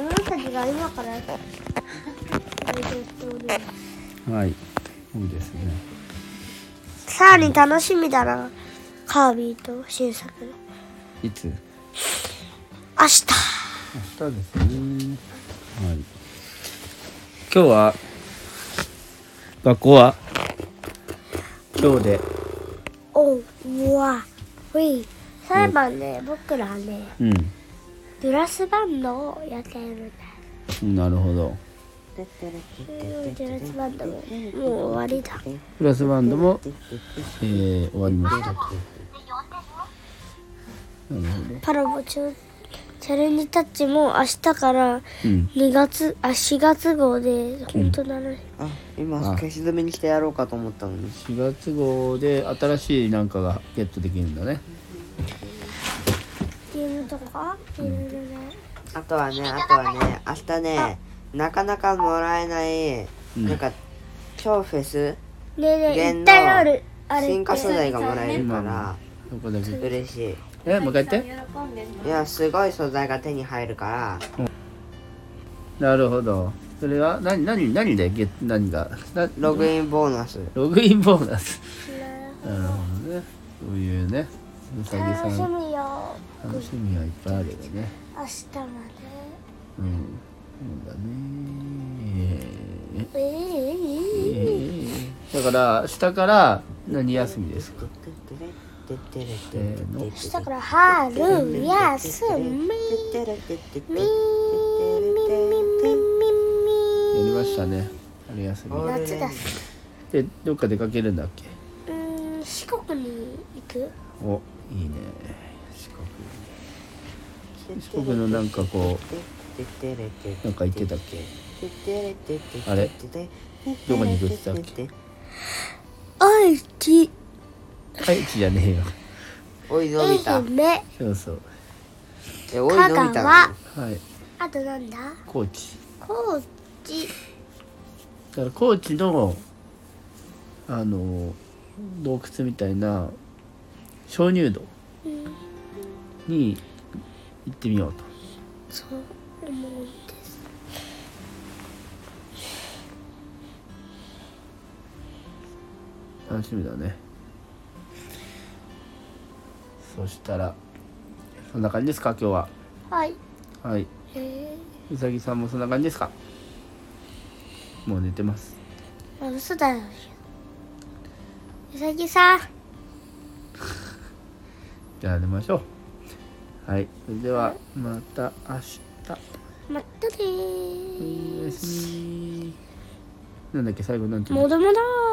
あ今からやっておりますはいいいですねさらに楽しみだなカービィと新作のいつ明日明日ですねはい今日は学校は今日でおうわほい裁判ね、僕らはねうブラスバンドをやっているんだんなるほどブラスバンドももう終わりだプラスバンドも、えー、終わりましたとなるほどパラボチュチャレンジタッチも明日からうん2月あ4月号で本当なの、あ今消し止めにしてやろうかと思ったのに4月号で新しいなんかがゲットできるんだねゲームとかいろいろねあとはねあとはね明日ねなかなかもらえない、うんなんか超フェスねえねえ弦一の体あるあれ進化素材がもらえる今かのらどこだけ嬉しいえもう一回言っていやすごい素材が手に入るからなるほどそれは何何何でゲッ何がなログインボーナスログインボーナスなるほどねそういうねうさぎさ楽しんみよ楽しみはいっぱいあるよね明日まうんそうでだねえええーだから下から何休みですかせーの明日から春休みみみみやみりみましたね春休み夏だでどっか出かけるんだっけうーん四国に行くおいいね四国四国のなんかこうなんか言ってたっけあれどこに行くって言ったっ愛知け愛知じゃねえよおいのび太愛媛そうそうえおい香のび太な川のはいあとなんだ高知高知だから高知のあの洞窟みたいな鍾乳洞に行ってみようとそう思うんです楽しみだねそしたらそんな感じですか今日ははいはいえうさぎさんもそんな感じですかもう寝てますー、あ嘘だようさぎさんじゃあ寝ましょうはいそれではまた明まったねー日おやすみなんだっけ最後なんて言うのもどもどー